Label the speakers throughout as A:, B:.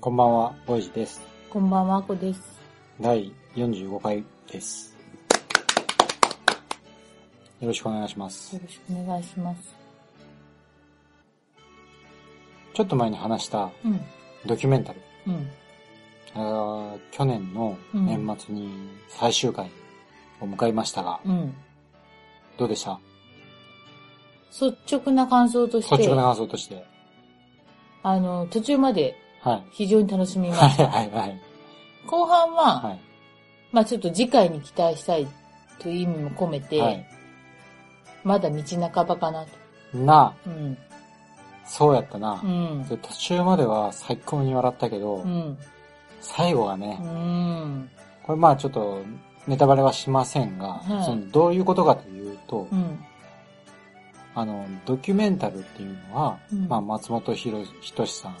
A: こんばんは、ボイジです。
B: こんばんはあこです
A: 第45回です。よろしくお願いします
B: よ。ろしくお願いします
A: ちょっと前に話した
B: うん
A: ドキュメンタル。
B: うん
A: あー去年の年末に最終回を迎えましたが、
B: うん
A: どうでした
B: 率直な感想として
A: 率直な感想として。
B: あの途中まで
A: はい。
B: 非常に楽しみま
A: は
B: した
A: いはいはい。
B: 後半は、
A: は
B: まあちょっと次回に期待したいという意味も込めて、
A: い。はい。
B: まだ道半ばかなと。
A: な
B: うん。
A: あ、そうやったな。
B: うん。
A: で途中までは最高に笑ったけど、
B: うん。
A: 最後がね、
B: うん。
A: これまあちょっとネタバレはしませんが、
B: はい
A: そのどういうことかというと、
B: うん。
A: あの、ドキュメンタルっていうのは、
B: うん
A: まあ松本博人志さん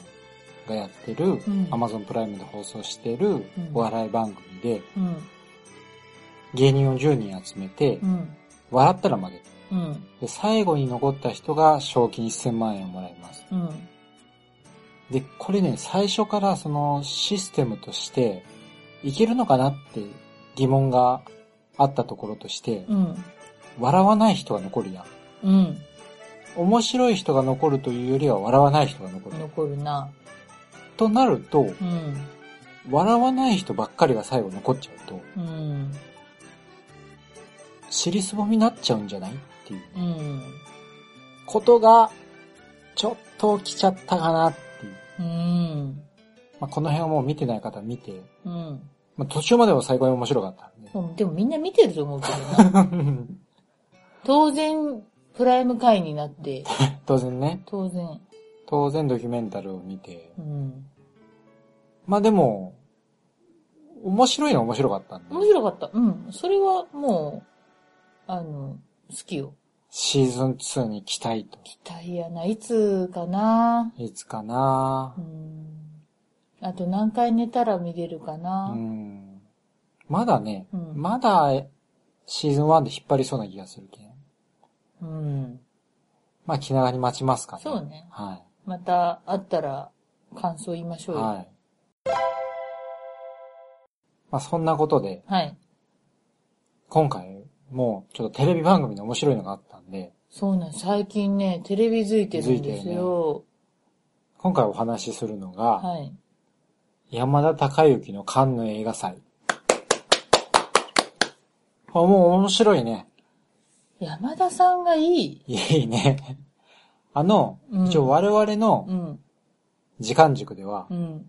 A: がやってる、
B: ん
A: Amazon プライムで放送してる
B: うん
A: お笑い番組で、
B: うん。
A: 芸人を10人集めて、
B: うん。
A: 笑ったら負け
B: うん。
A: で、最後に残った人が賞金1000万円をもらいます。
B: うん。
A: で、これね、最初からそのシステムとして、いけるのかなって疑問があったところとして、
B: うん。
A: 笑わない人が残るやん。
B: うん。
A: 面白い人が残るというよりは笑わない人が残る。
B: 残るな。
A: となると、
B: うん。
A: 笑わない人ばっかりが最後残っちゃうと、
B: うん。
A: 尻すぼみになっちゃうんじゃないっていう
B: うん。
A: ことが、ちょっと来ちゃったかなっていう。
B: うん。
A: まあ、この辺はもう見てない方は見て、
B: うん。
A: まあ、途中までは最高に面白かったんで。
B: うんでもみんな見てると思うけどな。当然、プライム会員になって、
A: 当然ね、
B: 当然。
A: 当然ドキュメンタルを見て、
B: うん。
A: まあでも、面白いのは面白かったんで
B: 面、白かった。うん。それはもう、あの、好きよ。
A: シーズン2に期待と。
B: 期待やな。いつかな。
A: いつかな
B: うん。あと何回寝たら見れるか
A: う
B: な。
A: んまだね、
B: うん
A: まだえシーズン1で引っ張りそうな気がするけん。
B: うん。
A: まあ気長に待ちますかね。
B: そうね
A: は
B: また会ったら感想言いまし
A: い。
B: ょうよ。
A: は。
B: はい
A: まあそんなことで、
B: い。
A: 今回もちょっとテレビ番組の面白いのがあったんで、
B: そうなん最近ね、テレビづいてるんですよ。
A: 今回お話しするのが、
B: はい。
A: 山田孝之のカンヌ映画祭。あもう面白いね。
B: 山田さんがいい。
A: いいね。あの、
B: うん
A: 一応我々
B: う
A: の
B: ん。
A: 時間軸では
B: う、ん。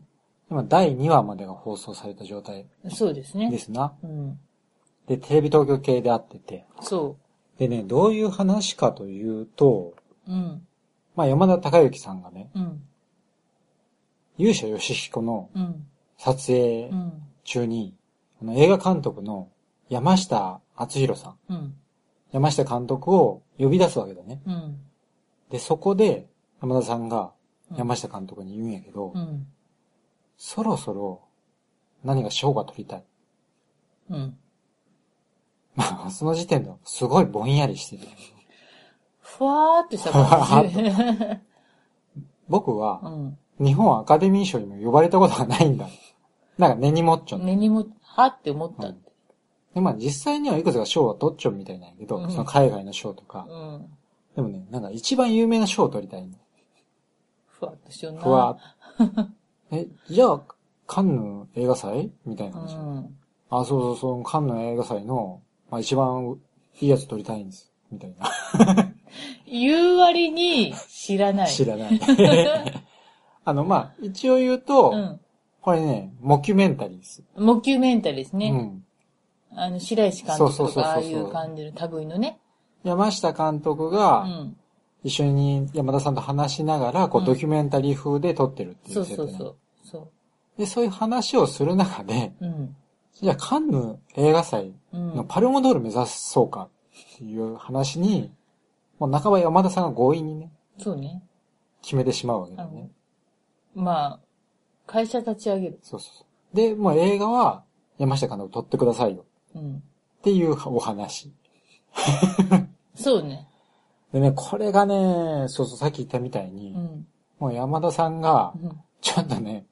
A: 今第2話までが放送された状態
B: そうです
A: で
B: ね。
A: すな。
B: うん。
A: で、テレビ東京系であってて。
B: そ
A: でね、どういう話かというと、
B: う。うん。
A: まあ山田孝之さんがね、
B: うん。
A: 勇者ヨシヒコの
B: うん。
A: 撮影
B: うん。
A: 中に、あの映画監督の山下敦弘さん、
B: うん。
A: 山下監督を呼び出すわけだね。
B: うん。
A: で、そこで山田さんが
B: うん
A: 山下監督に言うんやけど、
B: うん。
A: そろそろ何か賞が取りたい。
B: うん。
A: まあ、その時点ではすごいぼんやりしてる。
B: ふわーってした感じ。
A: 僕は、
B: うん。
A: 日本アカデミー賞にも呼ばれたことがないんだ。なんか根に持っ ちょん。
B: 根にも、はって思ったって。
A: で、まあ実際にはいくつか賞は取っちょんみたいなんやけど、
B: うん
A: その海外の賞とか
B: う。ん。
A: でもね、なんか一番有名な賞を取りたいの。
B: ふわっとしような。
A: ふわ。え、じゃあ、カンヌ映画祭みたいな
B: う
A: 話。
B: ん。
A: あ、そうそう、そのカンヌ映画祭の、まあ一番いいやつ取りたいんです。みたいな。
B: 言う割に知らない。
A: 知らない。 あの、まあ一応言うと、
B: うん。
A: これね、モキュメンタリーです。
B: モキュメンタリーです
A: う
B: ね。
A: ん。
B: あの、白石監督
A: そう
B: と
A: そうそうそう
B: か、ああいう感じの類のね。
A: 山下監督
B: う
A: が、
B: ん。
A: 一緒に山田さんと話しながら、こ
B: う
A: う、
B: ん
A: ドキュメンタリー風で撮ってるってい
B: そうう
A: 設定
B: そう
A: なの
B: そう。そ
A: で、そういう話をする中で、
B: う。うん。
A: じゃあカンヌ映画祭
B: うん。
A: のパルムドール目指そうかっていう話に、もう半ば山田さんが強引にね、
B: そうね。
A: 決めてしまうわけだよ
B: う
A: ね
B: ん。まあ、会社立ち上げる。
A: そうそうそう。で、もう映画は山下監督撮ってくださいよ
B: うん。
A: っていうお話。
B: そうね。
A: でね、これがね、そうそう、さっき言ったみたいに、
B: うん。
A: もう山田さんが
B: う、ん。
A: ちょっとね、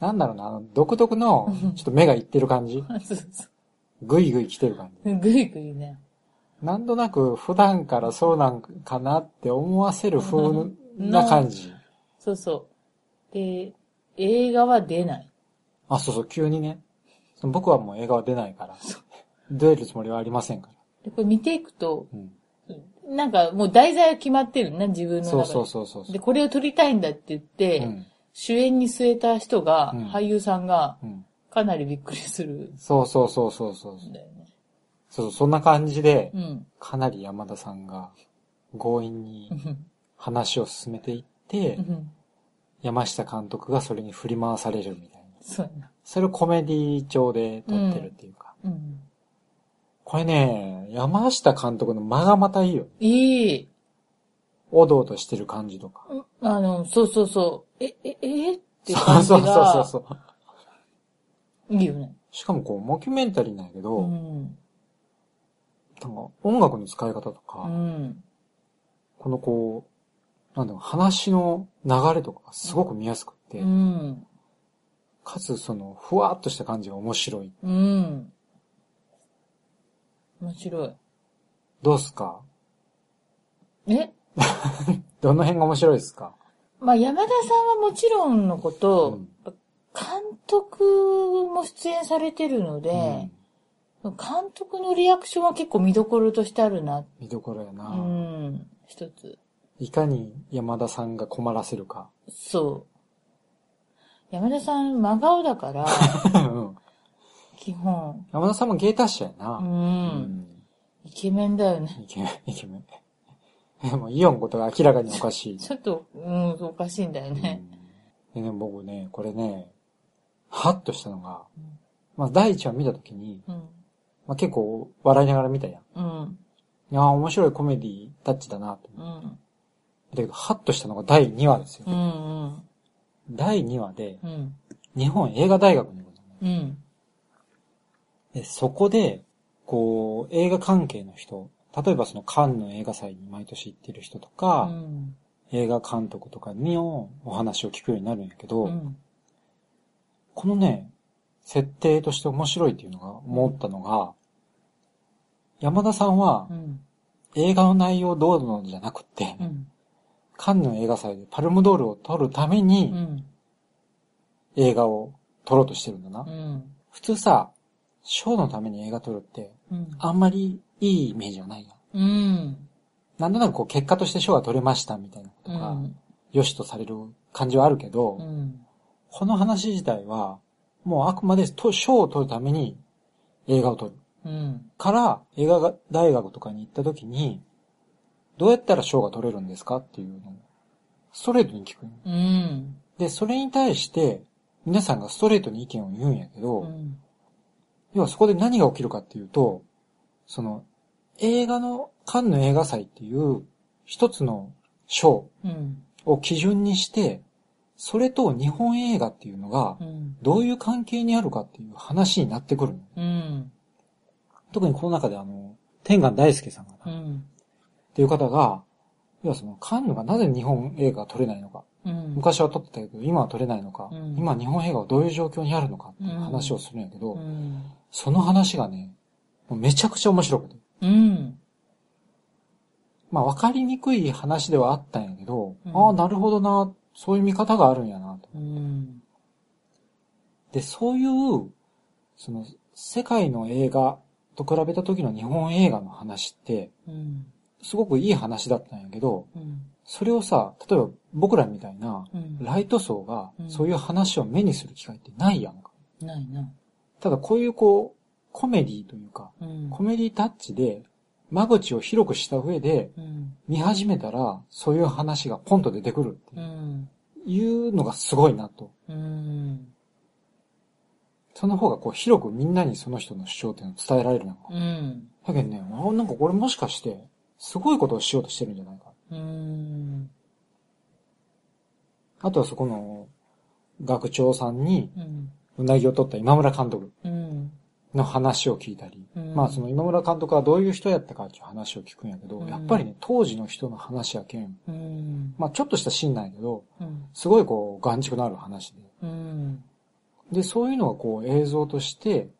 A: なんだろうな、あの独特の
B: うん、
A: ちょっと目がいってる感じ。
B: そうそ
A: ぐいぐい来てる感じ。
B: う。ぐいぐいね。
A: なんとなく普段からそうなんかなって思わせる風
B: うん
A: な感じ。
B: そうそう。で、映画は出ない。
A: あ、そうそう、急にね。その僕はもう映画は出ないから。出るつもりはありませんから。
B: で、これ見ていくと、
A: うん、
B: なんかもう題材は決まってるな、自分の中で。
A: そうそうそうそう。
B: で、これを撮りたいんだって言って、
A: うん
B: 主演に据えた人が、
A: うん
B: 俳優さんが、
A: うん、
B: かなりびっくりする
A: そうそうそうそうそう。
B: んだよね。
A: そうそんな感じで、
B: うん。
A: かなり山田さんが強引に
B: うん
A: 話を進めていって、
B: うん。
A: 山下監督がそれに振り回されるみたいな。
B: そうやな。
A: それをコメディ調で撮ってるっていうか。
B: うん。
A: これね、山下監督の間がまたいいよね。
B: いい。
A: おどおどしてる感じとか。
B: うあの、そうそうそう。え、え、えっていう
A: そう
B: 感じ
A: そうそうそう
B: が、
A: そう。
B: いいよね。
A: しかもこう、モキュメンタリーなんやけど、
B: うん。
A: なんか音楽の使い方とか、
B: うん。
A: このこう、なんだろう、話の流れとかがすごく見やすくって、
B: うん。
A: かつその、ふわっとした感じが面白い。
B: うん。面白い。
A: どうすか
B: え
A: どの辺が面白いですか
B: まあ、山田さんはもちろんのこと、監督も出演されてるので、
A: うん
B: 監督のリアクションは結構見どころとしてあるな。
A: 見どころや
B: う
A: な、
B: ん。一つ。
A: いかに山田さんが困らせるか。
B: そう。山田さん、真顔だから、
A: うん
B: 基本。
A: 山田さんも芸達者や
B: う。
A: な、うん
B: イケメンだよね。
A: イケメン、イケメン。もうイオンことが明らかにおかしい。
B: ちょっと、うん、おかしいんだよね。
A: うんでね、僕ね、これね、はっとしたのが
B: うん、
A: まあ第一話見たときに、
B: うん。
A: まあ結構笑いながら見たやん。
B: う
A: い
B: ん。
A: やー面白いコメディタッチだなと思っ
B: うん。
A: て。だけど、はっとしたのが第2話ですよ。
B: うん。
A: 第2話で、
B: うん。
A: 日本映画大学に行くのね
B: うん。
A: で、そこで、こう、映画関係の人、例えばそのカンヌ映画祭に毎年行ってる人と
B: う
A: か、
B: ん。
A: 映画監督とかにお話を聞くようになるんやけど、
B: うん。
A: このね、設定として面白いっていうのが思ったのが、山田さんは
B: うん。
A: 映画の内容どうのじゃなくて、
B: うん。
A: カンヌ映画祭でパルムドールを撮るため
B: う
A: に
B: ん。
A: 映画を撮ろうとしてるんだな。
B: うん。
A: 普通さ、ショーのために映画撮るって
B: うん。
A: あんまりいいイメージはないやん。
B: うん。
A: なんとなくこう結果としてショーが撮れましたみたいなこと
B: う
A: が、
B: ん。
A: 良しとされる感じはあるけど、
B: うん。
A: この話自体はもうあくまでとショーを撮るために映画を撮る。
B: うん。
A: から映画が大学とかに行った時に、どうやったら賞が取れるんですかっていうのを、ストレートに聞くの。
B: うん。
A: で、それに対して、皆さんがストレートに意見を言うんやけど、
B: うん。
A: 要はそこで何が起きるかっていうと、その、映画の、カンヌ映画祭っていう、一つの賞
B: うん。
A: を基準にして、それと日本映画っていうのが
B: う、ん。
A: どういう関係にあるかっていう話になってくるの。
B: うん。
A: 特にこの中であの、天眼大輔さんがな、
B: うん。
A: っていう方が、要はその、カンヌがなぜ日本映画が撮れないのか、
B: うん。
A: 昔は撮ってたけど、今は撮れないのか、
B: うん
A: 今日本映画はどういう状況にあるのかっていう話をするんやけど、
B: うん。
A: その話がね、もうめちゃくちゃ面白くて。
B: うん。
A: まあ、わかりにくい話ではあったんやけど、
B: うん
A: ああ、なるほどな、そういう見方があるんやな、と。
B: うん。
A: で、そういう、その、世界の映画と比べた時の日本映画の話って、
B: うん。
A: すごくいい話だったんやけど、
B: うん。
A: それをさ、例えば僕らみたいな、
B: うん。
A: ライト層が
B: うん
A: そういう話を目にする機会ってないやんか。
B: ないな。
A: ただこういうこう、コメディというか、
B: うん。
A: コメディタッチで間口を広くした上で、
B: うん。
A: 見始めたら、そういう話がポンと出てくる
B: う
A: っ
B: ん。
A: ていうのがすごいなと。
B: うん。
A: その方がこう広くみんなにその人の主張っていうのを伝えられるのか。
B: うん。
A: だけどね、あなんかこれもしかして、すごいことをしようとしてるんじゃないか。
B: うん。
A: あとはそこの、学長さんに、
B: うん。
A: うなぎを取った今村監督
B: うん。
A: の話を聞いたり、
B: うん
A: まあその今村監督はどういう人やったかっていう話を聞くんやけど、
B: うん
A: やっぱりね、当時の人の話やけん、
B: うん。
A: まあちょっとしたシーンなんやけど、
B: うん。
A: すごいこう、頑畜のある話で。
B: うん。
A: で、そういうのがこう映像として、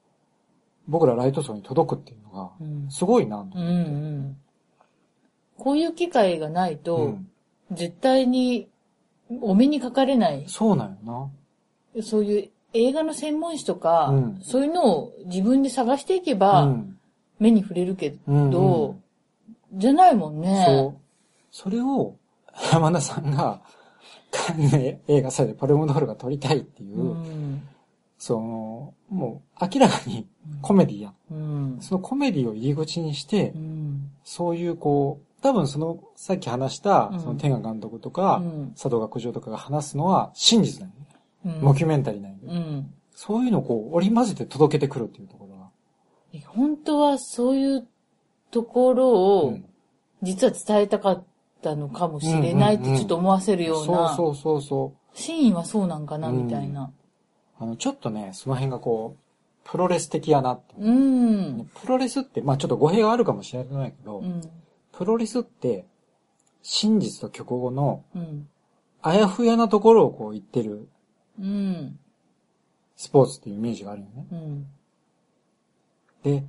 A: 僕らライト層に届くっていうのが、
B: うん。
A: すごいなと
B: うん。うん。こういう機会がないと、
A: うん
B: 絶対にお目にかかれない、
A: そうなんよ
B: そういう映画の専門誌とか、
A: うん
B: そういうのを自分で探していけ
A: な。う
B: ば、
A: ん。
B: 目に触れるけど、
A: うんうん
B: じゃないもんね。
A: そう。それを、山田さんが、カンヌ映画祭でパルムドールが撮りたいっていう、
B: うん。
A: その、もう明らかにコメディやん。
B: うん。
A: そのコメディを入り口にして、
B: うん。
A: そういうこう、多分その、さっき話した
B: う、ん
A: その天下監督とか、
B: うん
A: 佐藤学長とかが話すのは真実なんよね。
B: うん
A: モキュメンタリーなんやけど
B: うん。
A: そういうのをこう、織り交ぜて届けてくるっていうところが。
B: 本当はそういうところ
A: う
B: を
A: ん、
B: 実は伝えたかったのかもしれないっ
A: うんうん
B: て
A: うん
B: ちょっと思わせるよう
A: そう
B: な、
A: そうそうそ
B: 真意はそうなんかな、みたいな。
A: う。あの、ちょっとね、その辺がこう、プロレス的やなって。
B: うん。
A: プロレスって、まあちょっと語弊があるかもしれないけど、
B: うん。
A: プロレスって、真実と虚構の、
B: うん。
A: あやふやなところをこう言ってる
B: うん。
A: スポーツっていうイメージがあるよね。
B: うん。
A: で、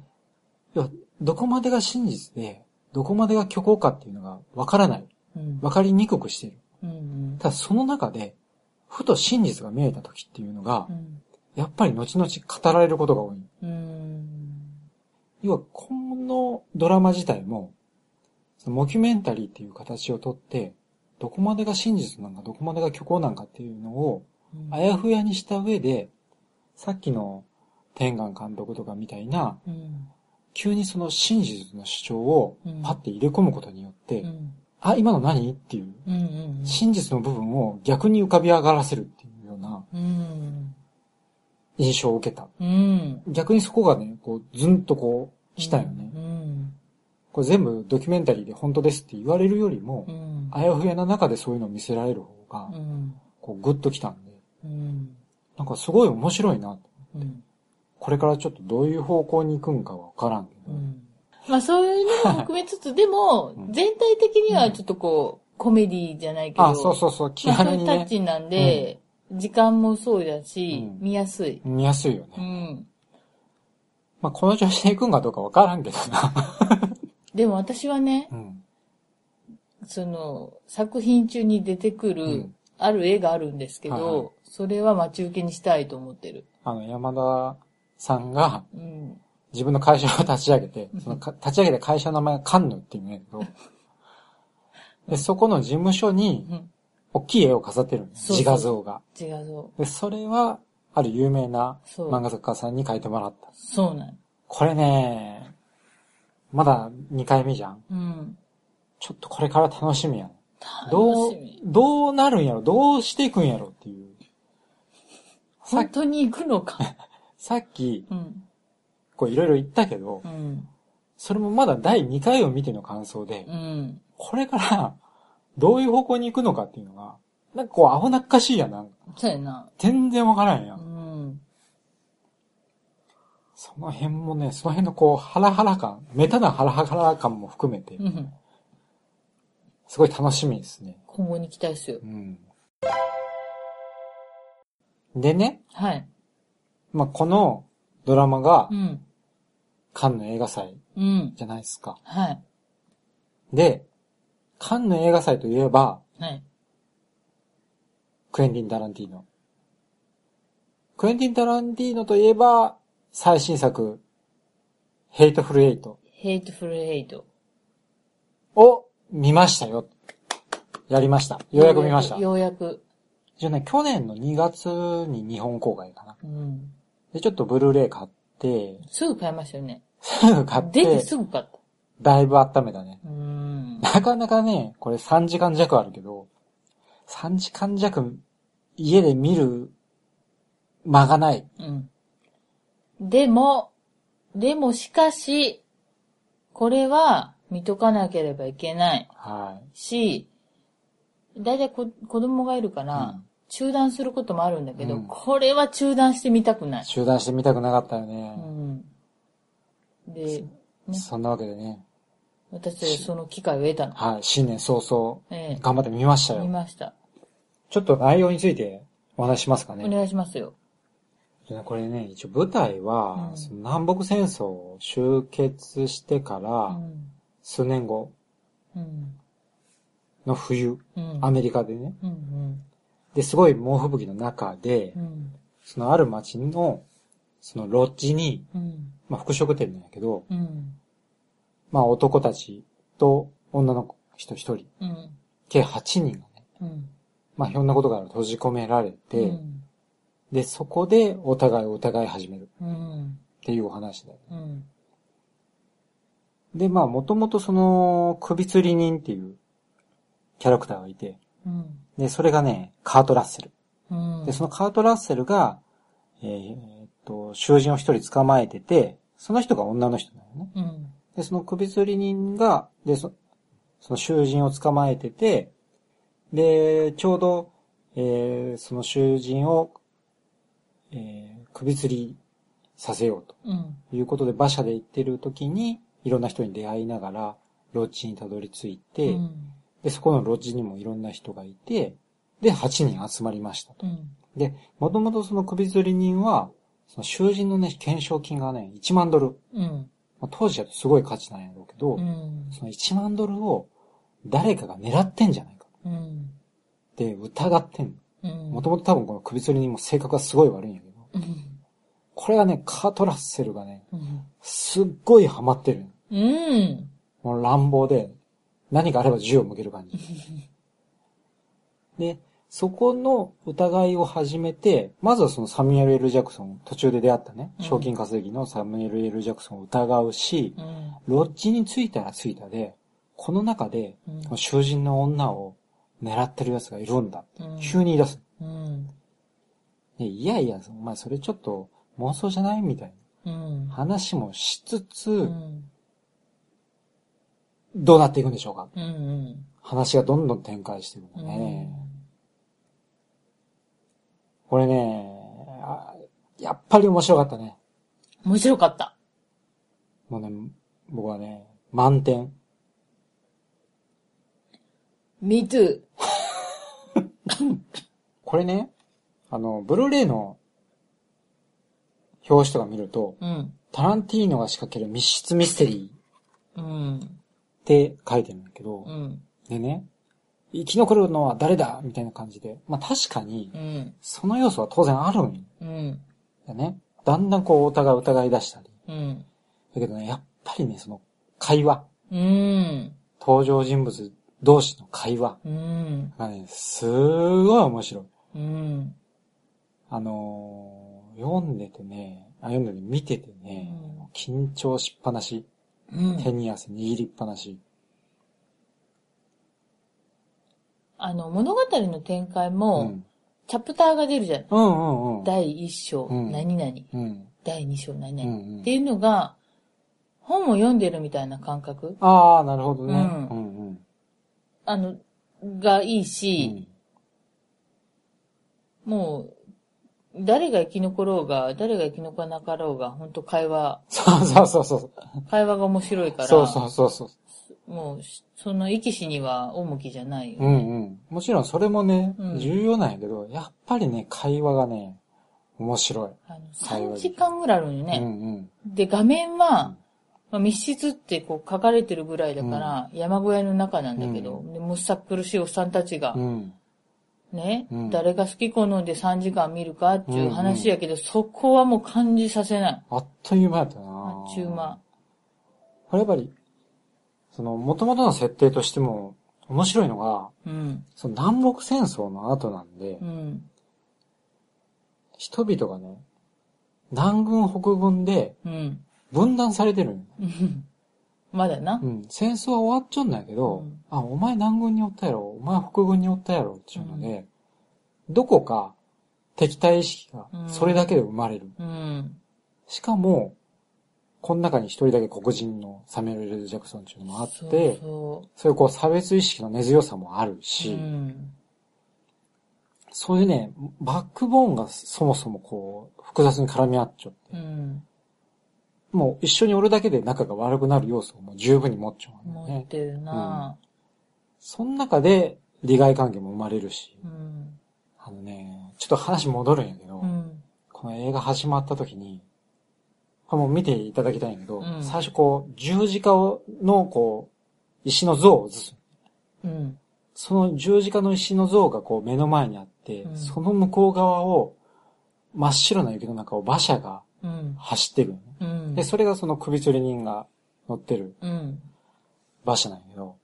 A: 要は、どこまでが真実で、どこまでが虚構かっていうのがわからない。
B: うん。
A: わかりにくくしている。
B: うん。
A: ただその中で、ふと真実が見えた時っていうのが
B: う、ん。
A: やっぱり後々語られることが多い。
B: うん。
A: 要は、このドラマ自体も、そのモキュメンタリーっていう形をとって、どこまでが真実なんか、どこまでが虚構なんかっていうのを、あやふやにした上で、さっきの天眼監督とかみたいな、
B: うん。
A: 急にその真実の主張を
B: うん
A: パッて入れ込むことによって、
B: うん。
A: あ、今の何っていう、
B: うん。うん。
A: 真実の部分を逆に浮かび上がらせるっていうような
B: うん。
A: 印象を受けた。
B: うん。
A: 逆にそこがね、こう、ずんとこう、来たよね。
B: うん。
A: これ全部ドキュメンタリーで本当ですって言われるよりも
B: う、ん。
A: あやふやな中でそういうのを見せられる方が
B: う、ん。
A: こう、グッと来たんで、
B: うん。
A: なんかすごい面白いな。
B: うん。
A: これからちょっとどういう方向に行くんかはわからんけど、
B: まあそういうのも含めつつ、でも
A: う、ん
B: 全体的にはちょっとこう、コメディじゃないけど、
A: あ、そうそうそう、気
B: まあそう
A: 軽
B: い
A: に
B: うタッ
A: ね、
B: チなんで、時間もそうだし、
A: うん
B: 見やすい。
A: 見やすいよね。
B: うん。
A: まあ、この調子で行くんかどうかわからんけどな。
B: でも私はね、
A: うん。
B: その、作品中に出てくる、
A: うん
B: ある絵があるんですけど、
A: はいはい
B: それは待ち受けにしたいと思ってる。
A: あの、山田さんが
B: うん。
A: 自分の会社を立ち上げて、そのか立ち上げた会社の名前がカンヌっていうん やけど、で、そこの事務所に
B: うん。
A: 大きい絵を飾ってるんで
B: そ
A: す。
B: うそう
A: 自画像が。
B: 違うぞ。
A: で、それは、ある有名な
B: そう
A: 漫画作家さんに描いてもらった。
B: そうなん。
A: これね、まだ2回目じゃん。
B: うん。
A: ちょっとこれから楽しみやね。ど
B: 楽
A: う
B: しみ、。
A: どうなるんやろどうしていくんやろっていう。さっ
B: 本
A: き、
B: 当に行くのか。
A: さっき、
B: うん。
A: こういろいろ言ったけど
B: う、ん。
A: それもまだ第2回を見ての感想で
B: う、ん。
A: これから、どういう方向に行くのかっていうのが、なんかこう、青なっかしいやんなんか。
B: そうやな。
A: 全然わからんや。
B: うんん。
A: その辺もね、その辺のこう、ハラハラ感、メタなハラハラ感も含めて
B: う、ん。
A: すごい楽しみですね。
B: 今後に期待っすよ
A: う。ん。でね、
B: はい。
A: まあ、このドラマが
B: う、ん。
A: カンヌ映画祭
B: うん。
A: じゃないですか。
B: はい。
A: で、カンヌ映画祭といえば、
B: はい。
A: クエンティン・タランティーノ。クエンティン・タランティーノといえば、最新作、ヘイトフル・エイト
B: ヘイトフルヘイト。
A: を見ましたよ。やりました。ようやく見ました。
B: ようやく。
A: じゃあね、去年の2月に日本公開かな。
B: うん。
A: で、ちょっとブルーレイ買って、
B: すぐ買いましたよね。
A: すぐ買っ
B: 出て
A: て、
B: すぐ買った。
A: だいぶ温めたね。
B: うん。
A: なかなかね、これ3時間弱あるけど、3時間弱、家で見る間がない。
B: うん。でも、でもしかし、これは見とかなければいけない
A: は
B: し、だいたいこ子供がいるから、
A: うん
B: 中断することもあるんだけど、
A: うん。
B: これは中断してみたくないい。
A: 中断してみたくなかったよね
B: う。ん。で、ね
A: そんなわけでね、
B: 私たちはその機会を得たの。
A: はい、新年早々、
B: え
A: 頑張ってみました
B: え、見
A: よ。
B: ました。
A: ちょっと内容についてお話ししますか
B: お
A: ね。
B: 願いしますよ。
A: これね、一応舞台は
B: う、ん
A: その南北戦争を終結してか
B: う
A: ら、
B: ん。
A: 数年後
B: うん。
A: の冬、
B: うん。
A: アメリカでね、
B: うん。うん。
A: で、すごい猛吹雪の中で
B: う、ん。
A: そのある町の、そのロッジに、
B: うん。
A: まあ、服飾店なんやけど、
B: うん。
A: まあ、男たちと女の子人一人、
B: うん。
A: 計8人がね、
B: うん。
A: まあ、ひょんなことから閉じ込められて、
B: うん
A: で、そこでお互いお互い始める
B: うん。
A: っていうお話だよ。
B: うん。
A: で、まあ、もともとその、首吊り人っていうキャラクターがいて、
B: うん。
A: で、それがね、カート・ラッセル。
B: うん。
A: で、そのカート・ラッセルが、えーえーっと、囚人を一人捕まえてて、その人が女の人なのね。
B: うん。
A: で、その首吊り人が、で、そその囚人を捕まえてて、で、ちょうど、えーその囚人を、えー首吊りさせようと
B: うん。
A: いうことで馬車で行ってる時に、いろんな人に出会いながら、ロッジにたどり着いて、
B: うん。
A: で、そこのロッジにもいろんな人がいて、で、8人集まりましたと。
B: うん。
A: で、もともとその首吊り人は、その囚人のね、懸賞金がね、1万ドル。
B: うん。
A: まあ当時だとすごい価値なんやろうけど、
B: うん。
A: その1万ドルを誰かが狙ってんじゃないか
B: うん。
A: って疑ってん
B: うん。
A: の。もともと多分この首吊りにも性格がすごい悪いんやけど。
B: うん。
A: これはね、カートラッセルがね、
B: うん。
A: すっごいハマってるの。
B: うん。
A: もう乱暴で、何かあれば銃を向ける感じ。で、そこの疑いを始めて、まずはそのサミュエル・ L ・ジャクソン、途中で出会ったね、
B: うん
A: 賞金稼ぎのサミュエル・ L ・ジャクソンを疑うし、
B: うん。
A: ロッジに着いたら着いたで、この中で
B: うん
A: この囚人の女を狙ってる奴がいるんだ。
B: うん。
A: 急に言い出す。
B: うん。
A: でいやいや、お前それちょっと妄想じゃないみたい
B: うん
A: な。話もしつつ、
B: うん。
A: どうなっていくんでしょうか
B: うん。
A: 話がどんどん展開していく
B: う
A: の
B: ん。
A: ね。これねあやっぱり面白かったね。
B: 面白かった。
A: もうね、僕はね、満点。
B: Me too.
A: これね、あの、ブルーレイの表紙とか見ると、
B: うん。
A: タランティーノが仕掛ける密室ミステリーっ
B: うん。
A: て書いてるんだけど、
B: うん。
A: でね、生き残るのは誰だみたいな感じで。まあ確かに
B: う、ん。
A: その要素は当然あるん
B: うん。
A: だね。だんだんこう、お互い疑い出したり。
B: うん。
A: だけどね、やっぱりね、その、会話。
B: うん。
A: 登場人物同士の会話
B: うん。
A: がね、すごい面白い。
B: うん。
A: あのー読んでてね、あ、読んでて見ててね、緊張しっぱなし。
B: うん。
A: 手に汗握りっぱなし。
B: あの、物語の展開
A: う
B: も、
A: ん。
B: チャプターが出るじゃん。
A: うんうんうん。
B: 第1章、
A: うん
B: 何々、
A: うん。
B: 第2章、何
A: う
B: 々、
A: ん、う
B: っ
A: ん
B: て。いうのが、本を読んでるみたいな感覚
A: ああ、なるほどね。
B: う
A: うんんうん。うん
B: あの、がいいし、もう、誰が生き残ろうが、誰が生き残らなかろうが、本当会話、
A: そうそうそうそう。
B: 会話が面白いから、
A: そうそうそうそう。
B: もう、その生き死には重きじゃないよ
A: う
B: ね。
A: んうん。もちろんそれもね、
B: うん
A: 重要なんやけど、やっぱりね、会話がね、面白
B: あの
A: 会
B: 3
A: 話
B: 時間ぐらいあるのよ
A: い。
B: ね。
A: うんうん。
B: で、画面は、まあ、密室ってこう書かれてるぐらいだから、山小屋の中なんだけど、
A: う
B: でむっさっ苦しいおっさんたちが
A: う、ん。
B: ね、
A: うん
B: 誰が好き好んで3時間見るかっていう話やけど、そこはもう感じさせない。
A: あっという間やったな
B: あっちゅう間。
A: これやっぱり、その、元々の設定としても、面白いのが、
B: うん。
A: その南北戦争の後なんで、
B: うん。
A: 人々がね、南軍北軍で
B: うん。
A: 分断されてるんよ
B: うんまだな
A: う。ん、戦争は終わっちゃうんだけど、
B: うん
A: あ、お前南軍におったやろ、お前北軍におったやろっていうので、どこか敵対意識が
B: うん
A: それだけで生まれる。
B: うん。
A: しかも、この中に一人だけ黒人のサミュエル・エル・ジャクソンっていうのもあって、そ
B: そううそ
A: いうこう差別意識の根強さもある
B: う。
A: し、
B: うん。
A: そういうね、バックボーンがそもそもこう、複雑に絡み合っちゃって、
B: うん。
A: もう一緒におるだけで仲が悪くなる要素をもう十分に持っちゃうんだよ
B: 持っ
A: ね。
B: てるな
A: その中で、利害関係も生まれるし、
B: うん。
A: あのね、ちょっと話戻るんやけど、
B: うん。
A: この映画始まった時に、これもう見ていただきたいんやけど、
B: うん
A: 最初こう、十字架をのこう、石の像を映す。
B: うん。
A: その十字架の石の像がこう目の前にあって、
B: うん
A: その向こう側を真っ白な雪の中を馬車が
B: うん。
A: 走っていくのね。
B: うん。
A: で、それがその首吊り人が乗ってる
B: うん。
A: 馬車なんやけど、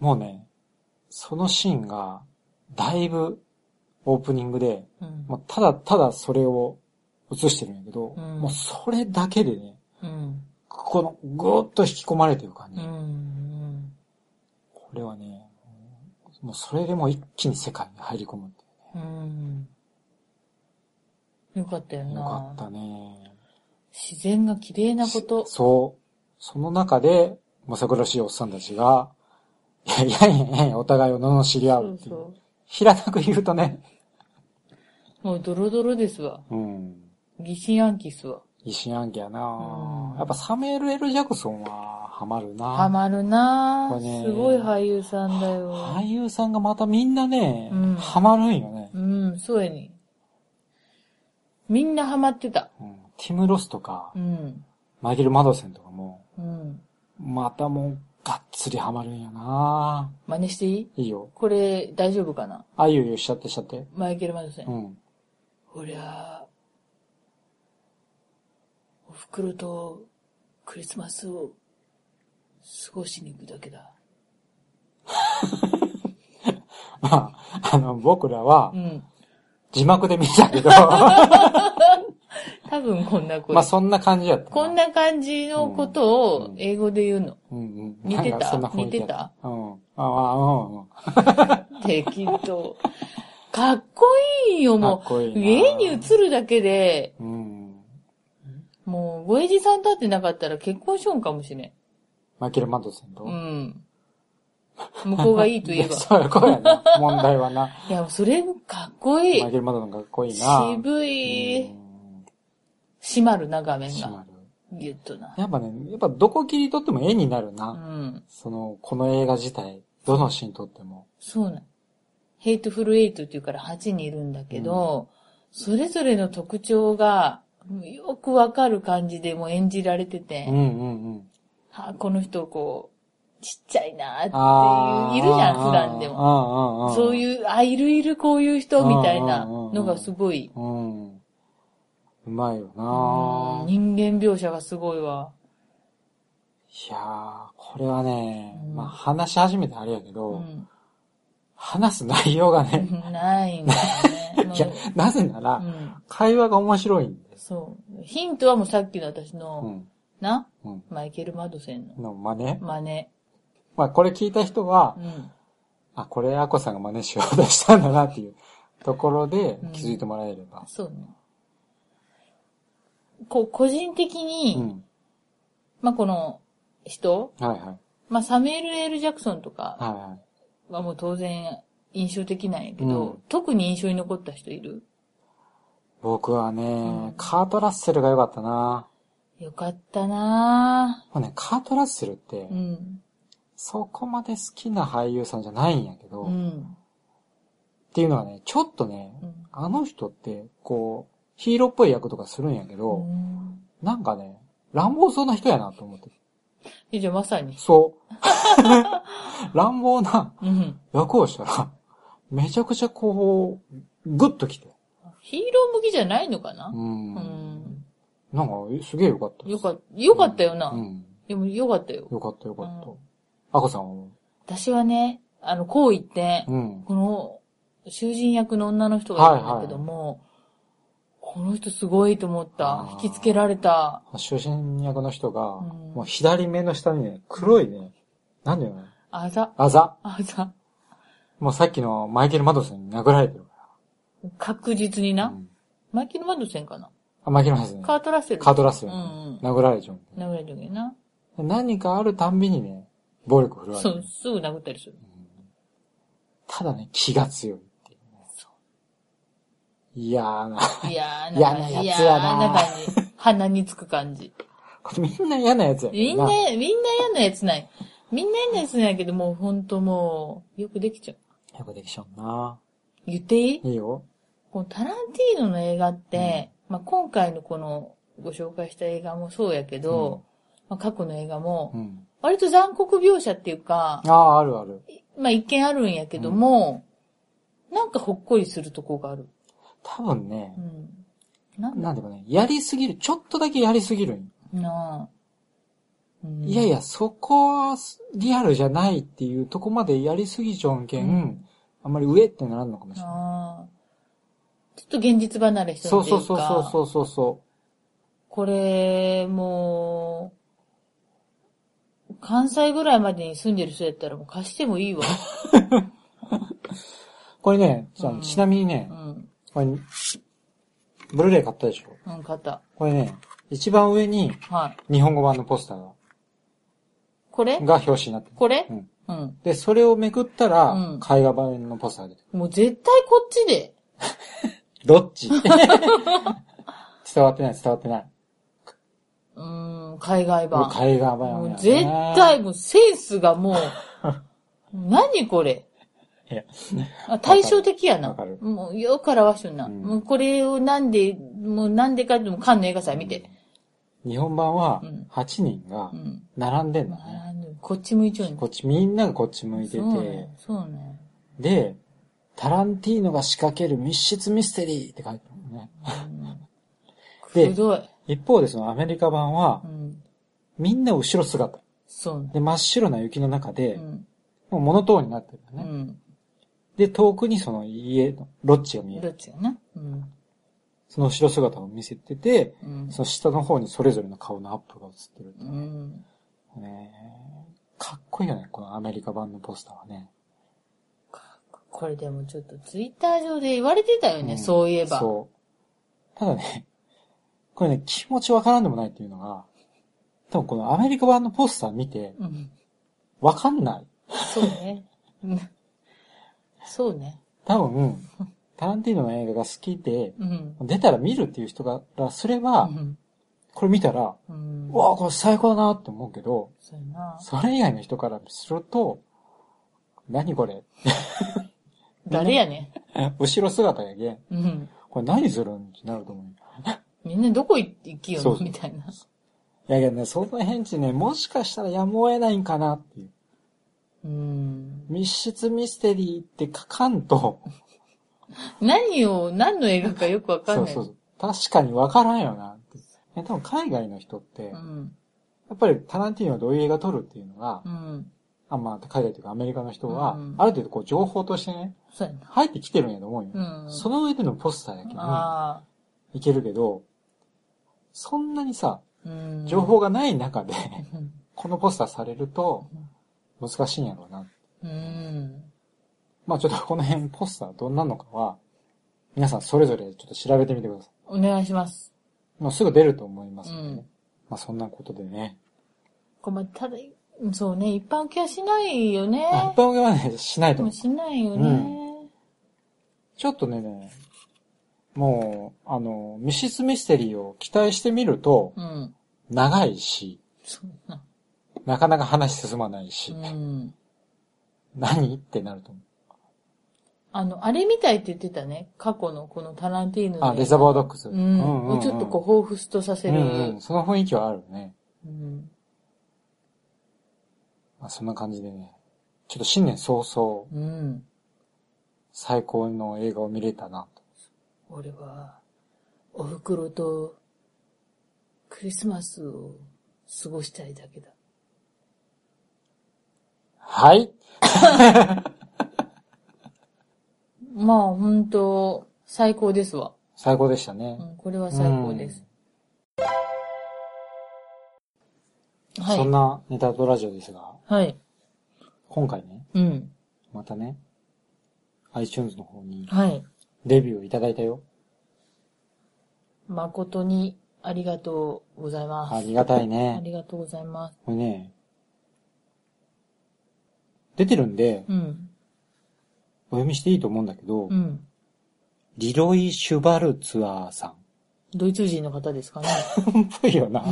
A: もうね、そのシーンが、だいぶ、オープニングで、
B: うん。
A: もうただただそれを映してるんやけど、
B: うん
A: もうそれだけでね、
B: うん。
A: このぐーっと引き込まれてる感
B: う
A: じ。
B: ん。
A: これはね、もうそれでもう一気に世界に入り込むって
B: うん。よかったよ
A: いうね。
B: な
A: よかったね。
B: 自然が綺麗なこと。
A: そう。その中で、むさ苦らしいおっさんたちが、いやいやいやいや、お互いを罵り合うっていう。
B: そ
A: 平たく言うとね、
B: う。もうドロドロですわ。
A: うん。
B: 疑心暗鬼っすわ。
A: 疑心暗鬼やな、
B: うん
A: やっぱサミュエル・エル・ジャクソンはハマるな
B: ハマるな
A: こ
B: ぁ。
A: れね
B: すごい俳優さんだよ。
A: 俳優さんがまたみんなね、
B: うん
A: ハマるんよね、
B: うん、そうやね。みんなハマってた。
A: うんティム・ロスとか、
B: うん。
A: マギル・マドセンとかも、
B: うん。
A: またもう、がっつりハマるんやな
B: 真似していい
A: いいよ。
B: これ、大丈夫かな
A: あいうよ、しちゃってしちゃって。
B: マイケル・マドセン。
A: うん。
B: ほりゃあ、お袋とクリスマスを過ごしに行くだけだ。
A: まあ、あの、僕らは
B: う、ん。
A: 字幕で見 たけど、
B: 多分こんな声。
A: まあそんな感じやった。
B: こん。な感じのことを英語で言うの。
A: うんうん。
B: 似てた
A: なんかそんな雰囲気や
B: 似てた
A: うん。ああ、うんうん。
B: 適当。 かっこいいよ、
A: か
B: も
A: っこ
B: う。
A: いいな。
B: 家に映るだけで、
A: うん。
B: もう、ごえじさん立ってなかったら結婚しよんかもしれん。
A: マイケル・マドセンと。
B: うん。向こうがいいと言えば。
A: そう いうこと やな。問題はな。
B: いや、それかっこいい
A: マイ。ケル・マドセンかっこいいな。
B: 渋
A: う
B: い。
A: ん
B: 締まるな、画面
A: 締
B: が。
A: まる。
B: ギュッとな。
A: やっぱね、やっぱどこ切り取っても絵になるな。
B: うん。
A: その、この映画自体、どのシーン撮っても。
B: そうなん。ヘイトフルエイトっていうから8人いるんだけど、それぞれの特徴が、よくわかる感じでもう演じられてて、
A: うんうんうん。
B: あこの人こう、ちっちゃいなー
A: あ
B: っ
A: あ。
B: ていう、いるじゃん、普段でも。
A: も
B: そう
A: う。
B: いう、あ、いるいるこういう人みたいな
A: うんうんうんうん
B: のがすごい。
A: うん。うまいよ
B: うん
A: な
B: 人間描写がすごいわ。
A: いやー、これはね
B: う、ん
A: まあ話し始めてあれやけ
B: う
A: ど、
B: ん。
A: 話す内容がね、
B: ないんだよね。
A: いや、なぜな
B: う
A: ら、
B: ん。
A: 会話が面白いんです。
B: そう。ヒントはもうさっきの私
A: う
B: の、
A: ん。
B: な、
A: うん。
B: マイケル・マドセンの
A: の真似。
B: 真似。
A: まあこれ聞いた人は
B: う、ん。
A: あ、これアコさんが真似しようとしたんだなっていう ところで気づいてもらえれば。
B: そうね。こう、個人的に、
A: うん。
B: まあ、この人、
A: はいはい。
B: まあ、サミュエル・エル・ジャクソンとか
A: はいはい。
B: はもう当然印象的なんやけど、
A: うん
B: 特に印象に残った人いる
A: 僕はね、
B: うん
A: カートラッセルが良かったな。
B: よかったな
A: もうね、カートラッセルって
B: ぁ。う、ん。
A: そこまで好きな俳優さんじゃないんやけど、
B: う
A: っ
B: ん。
A: ていうのはね、ちょっとね、
B: うん
A: あの人って、こう、ヒーローっぽい役とかするんやけど、
B: うん
A: なんかね、乱暴そうな人やなと思って。
B: えじゃあまさに。
A: そう。 乱暴な
B: うん。
A: 役をしたら、めちゃくちゃこう、グッときて。
B: ヒーロー向きじゃないのかな
A: うん。
B: うん。
A: なんか、えすげえ良かったです。
B: よかった、よかったよな。
A: うん。
B: でもよかったよ。
A: 良かった良かった
B: うん。
A: アコさんは、
B: 私はね、あの、こう言って、
A: うん。
B: この、囚人役の女の人がいるんだけども、この人すごいと思った
A: あ。ー
B: 引きつけられた。
A: 主人役の人が、
B: うん
A: もう左目の下にね、黒いね、なんだよね、
B: あざ。
A: あざ。
B: あざ。
A: もうさっきのマイケル・マドソンに殴られてるか
B: 確実に
A: ら。
B: な。
A: うん
B: マイケル・マドセンかな。
A: あ、マイケル・マドソンね。
B: カートラッセル。
A: カートラッセル
B: う
A: に
B: ん
A: ね、殴られちゃうんだよ
B: うん。殴られてるけどな。
A: 何かあるたんびにね、暴力振るわれ
B: そ
A: る
B: う、。すぐ殴ったりする。
A: ただね、気が強いっていうね。
B: そ
A: 嫌な。
B: いやー、
A: 嫌な
B: 感じ
A: やつや
B: 嫌
A: な
B: な感じ。鼻につく感 じ。
A: これみんな嫌なやつやから
B: みんな、みんな嫌なやつない。みんな嫌なやつなんやけど、もうほんともう、よくできちゃう。
A: よくできちゃうな。
B: 言っていい
A: いいよ。
B: このタランティーノの映画って、まあ今回のこのご紹介した映画もそうやけど、まあ過去の映画
A: う
B: も、
A: ん。
B: 割と残酷描写っていうか、
A: ああ、あるある。
B: まあ一見あるんやけども、なんかほっこりするとこがある。
A: 多分ね
B: う、ん。なんだ
A: なんていうかね、やりすぎる、ちょっとだけやりすぎるんよ
B: なあ、うん
A: いやいや、そこはリアルじゃないっていうとこまでやりすぎちゃうんけん、
B: うん
A: あんまり上ってならんのかもしれない。
B: ああ。ちょっと現実離れしてる
A: そ
B: っ
A: う
B: ていう
A: そ
B: か。
A: うそうそうそうそ
B: これ、もう、関西ぐらいまでに住んでる人やったらもう貸してもいいわ。
A: う。これね、ち
B: うん
A: なちなみにね
B: う、ん。
A: これ、ブルーレイ買ったでしょ
B: うん、買った。
A: これね、一番上に
B: はい。
A: 日本語版のポスターが
B: これ
A: が表紙になってる。
B: これ
A: うん
B: うん。
A: で、それをめくったら、
B: うん
A: 絵画版のポスターが出てくる。
B: もう絶対こっちで。
A: どっち 伝わってない、伝わってない。
B: うーん、海外版。
A: 絵画版
B: も
A: やね
B: う絶対、もうセンスが もう、何これ。
A: いや、
B: あ対照的やな。
A: わかる
B: もう、よからわしゅんな。
A: うん
B: もう、これをなんで、もうなんでかっても、カンの映画祭見て。
A: 日本版は
B: うん
A: 8人が
B: うん。
A: 並んでんの
B: まあ、
A: ね。
B: こっち向いちゃうん
A: こっち、みんながこっち向いてて、
B: そうね。そうね。
A: で、タランティーノが仕掛ける密室ミステリーって書いてあるのね。で
B: くどい。
A: 一方でそのアメリカ版は
B: う、ん。
A: みんな後ろ姿。
B: そうね。
A: で、真っ白な雪の中で、
B: うん。
A: もうモノトーンになってる
B: う
A: のね。
B: ん。
A: で、遠くにその家の、ロッジが見え
B: ど
A: る。
B: っちやな。うん。
A: その後ろ姿を見せてて、
B: うん。
A: その下の方にそれぞれの顔のアップが映ってるって
B: う。
A: いうんね。かっこいいよね、このアメリカ版のポスターはね。
B: これでもちょっとツイッター上で言われてたよね、
A: うん
B: そういえば。
A: そう。ただね、これね、気持ちわからんでもないっていうのが、多分このアメリカ版のポスター見て、
B: うん。
A: わかんない。
B: そうね。うんそうね。
A: 多分、タランティーノの映画が好きで、
B: うん。
A: 出たら見るっていう人からすれ
B: う
A: ば、
B: ん。
A: これ見たら、
B: うん。
A: うわあこれ最高だなって思うけど、
B: そうやな。
A: それ以外の人からすると、何これ
B: 誰やね。
A: 後ろ姿やけん。
B: うん。
A: これ何するんってなると思うよ。
B: みんなどこ行って行き
A: そ
B: よ
A: う、そう
B: みたいな。
A: いやいやね、その返事ね、もしかしたらやむを得ないんかなっていう。
B: うん。
A: 密室ミステリーって書かんと、
B: 何を、何の映画かよくわか
A: そ
B: ん
A: う
B: ない。
A: そうそう。確かにわからんよなって。ね多分海外の人って、や
B: うん。
A: っぱりタランティーノはどういう映画撮るっていうのが、
B: うん。
A: あまあ、海外というかアメリカの人は、
B: うん
A: ある程度こう情報としてね、
B: そうやな。
A: 入ってきてるんやと思うよ。
B: うん。
A: その上でのポスターやけど、
B: あ
A: いけるけど、そんなにさ、
B: あ、うん。
A: 情報がない中で、
B: うん。
A: このポスターされると、難しいんやろうな。
B: うん。
A: まあちょっとこの辺ポスターどんなのかは、皆さんそれぞれちょっと調べてみてくださ
B: お願いします。
A: い。もうすぐ出ると思いますのでね。
B: うん
A: まあそんなことでね。
B: こまただ、そうね、一般受けはしないよね。
A: まあ一般受けはね、しない
B: で
A: と
B: も
A: 思う。
B: しないよね。
A: ちょっとね、もう、あの、ミシスミステリーを期待してみると、
B: うん。
A: 長いし、
B: そうな。
A: なかなか話進まないうし、
B: ん。
A: 何ってなると思
B: あの、あれみたいって言ってたね。過去のこのタランティーノ
A: う。
B: の。
A: あ、レザバードックス。
B: うん。をちょっとこう、彷彿とさせる。
A: うんうん、その雰囲気はあるね。
B: うん
A: まあ、そんな感じでね、ちょっと新年早々、
B: うん。
A: 最高の映画を見れたなと。
B: 俺は、お袋と、クリスマスを過ごしたいだけだ。
A: はい
B: まあ、本当最高ですわ。
A: 最高でしたね。
B: うん、これは最高です。は
A: そん
B: い。
A: なネタとラジオですが、
B: はい。
A: 今回ね、
B: うん。
A: またね、iTunes の方に
B: はい。
A: デビューをいただいたよ。
B: 誠にありがとうございます。
A: ありがたい
B: あ
A: ね。
B: りがとうございます。
A: これね、出てるんで、
B: うん。
A: お読みしていいと思うんだけど、
B: うん。
A: リロイ・シュバルツアーさん。
B: ドイツ人の方です かね。
A: っぽいよな。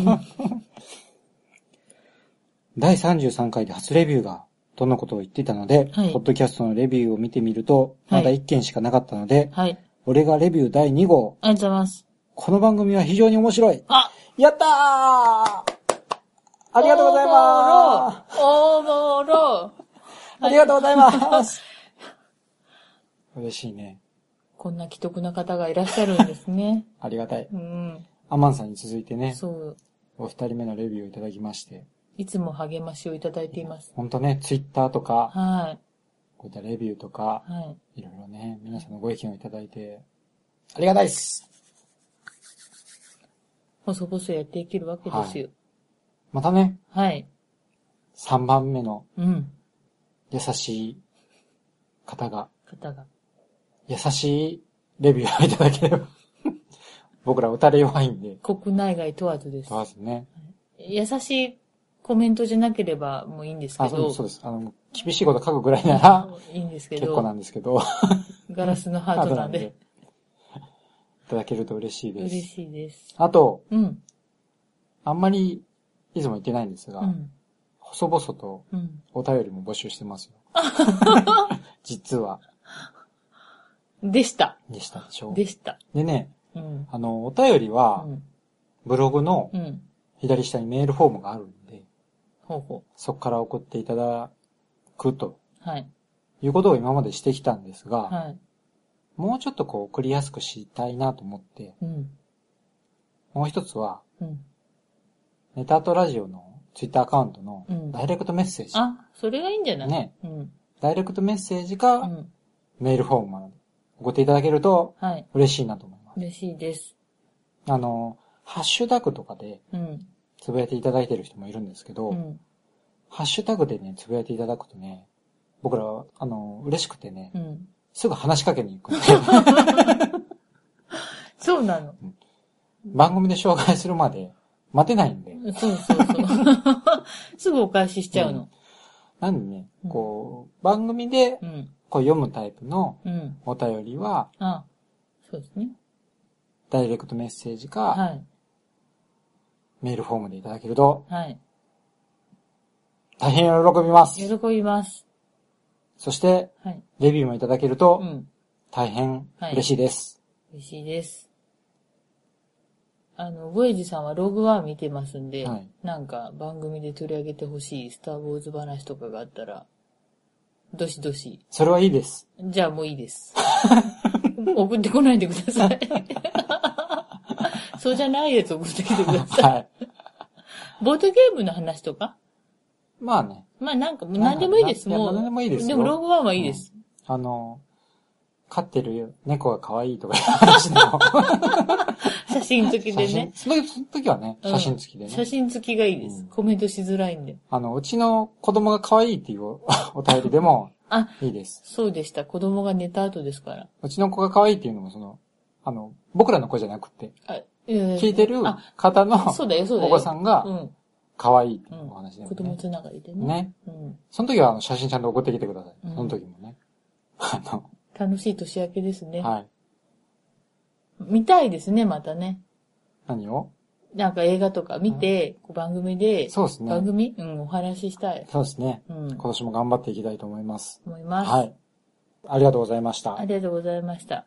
A: 第33回で初レビューが、どんなことを言っていたので、
B: はい
A: ポッドキャストのレビューを見てみると、
B: は
A: ま
B: い
A: だ1件しかなかったので、
B: はい。
A: 俺がレビュー第2号、
B: ありがとうございます。
A: この番組は非常に面白い。
B: あ。
A: やったーありがとうございます
B: おもろ
A: すありがとうございます嬉しいね。
B: こんな既得な方がいらっしゃるんですね。
A: ありがたい。
B: うん。
A: アマンさんに続いてね、
B: そう。
A: お二人目のレビューをいただきまして、
B: いつも励ましをいただいています。
A: ほんとね、ツイッターとか、
B: は
A: こういったレビューとか
B: い。、はい。
A: いろいろね、皆さんのご意見をいただいて、ありがたいです
B: 細々やっていけるわけですよ。
A: またね、
B: はい。
A: 3番目の
B: うん。
A: 優しい方が、
B: 方が。
A: 優しいレビューをいただければ、 僕ら打たれ弱いんで、
B: 国内外問わずです
A: 問。わずね。
B: 優しいコメントじゃなければもういいんですけ
A: あ、そうです、そ
B: ど
A: う。です。あの、厳しいこと書くぐらいなら、
B: いいんですけ
A: 結構な
B: ど、
A: んですけど、
B: ガラスのハートなんで、
A: いただけると嬉しいで
B: 嬉
A: す。
B: しいです。
A: あと、
B: うん。
A: あんまり、いつも言ってないんですが、
B: うん。
A: 細々と
B: うん。
A: お便りも募集してます よ。実は、
B: でした。
A: でしたでしょう
B: でした。
A: でね、
B: うん。
A: あの、お便りは
B: う、ん。
A: ブログの
B: うん。
A: 左下にメールフォームがあるんで、
B: ほうほ
A: そこから送っていただくと
B: う。はい。
A: いうことを今までしてきたんですが、
B: はい。
A: もうちょっとこう送りやすくしたいなと思って、
B: うん。
A: もう一つは、
B: うん。
A: ネタとラジオのツイッターアカウントの
B: うん
A: ダイレクトメッセージ。
B: あ、それがいいんじゃない
A: ね。
B: うん。
A: ダイレクトメッセージ
B: う
A: か
B: ん。
A: メールフォームまで送っていただけると
B: はい。
A: 嬉しいなと思います。
B: 嬉しいです。
A: あの、ハッシュタグとかで
B: うん。
A: つぶやいていただいてる人もいるんですけど、
B: うん。
A: ハッシュタグでね、つぶやいていただくとね、僕ら、あの、嬉しくてね、
B: うん。
A: すぐ話しかけに行くんで。
B: そうなの。
A: 番組で紹介するまで待てないんで。
B: そうそうそう。 すぐお返ししちゃうの。
A: なんでね、こう、番組で
B: うん。
A: こう読むタイプの
B: うん。
A: お便りは、
B: あ、そうですね。
A: ダイレクトメッセージか、
B: はい。
A: メールフォームでいただけると、
B: はい。
A: 大変喜びます
B: 喜。びます。
A: そして、
B: はい。
A: レビューもいただける
B: う
A: と、
B: ん。
A: 大変嬉しいです。
B: 嬉しいです。あの、ボエジさんはログワン見てますんで、
A: はい
B: なんか番組で取り上げてほしいスターウォーズ話とかがあったら、どしどし。
A: それはいい です。
B: じゃあもういい です。送ってこないでください。そうじゃないやつ送ってきてくださ
A: はい。
B: い。ボードゲームの話とか
A: まあね、
B: まあなんか、何でもいいです。
A: なんか
B: もう。
A: 何でもいいですよ
B: でもログワンはいいです。
A: あの、飼ってる猫が可愛いとかいう話の
B: 写真付きで
A: 写真、
B: ね。
A: そのその時はね、
B: うん
A: 写真付きでね
B: 写。真付きがいいです。
A: うん
B: コメントしづらいんで。
A: あの、うちの子供が可愛いっていうお 便りでも
B: あ、
A: いいです。
B: そうでした。子供が寝た後ですから。
A: うちの子が可愛いっていうのもその、あの、僕らの子じゃなくて、
B: あ、え
A: 聞いてる
B: あ、
A: 方の
B: そうだよ、そうだ
A: お
B: よ。
A: 子さんが
B: うん。
A: 可愛いって
B: う
A: い
B: ん
A: うお話だよ
B: 子供
A: ね。
B: つながりでね。
A: ね。
B: うん。
A: その時はあの写真ちゃんと送ってきてください。
B: うん
A: その時もね。 あの、
B: 楽しい年明けですね。
A: はい。
B: 見たいですね、またね。
A: 何を
B: なんか映画とか見て、こう番組で、
A: そうです
B: 番
A: ね。
B: 組うん、お話ししたい。
A: そうですね。
B: うん。
A: 今年も頑張っていきたいと思います。
B: 思います。
A: はい。ありがとうございました。
B: ありがとうございました。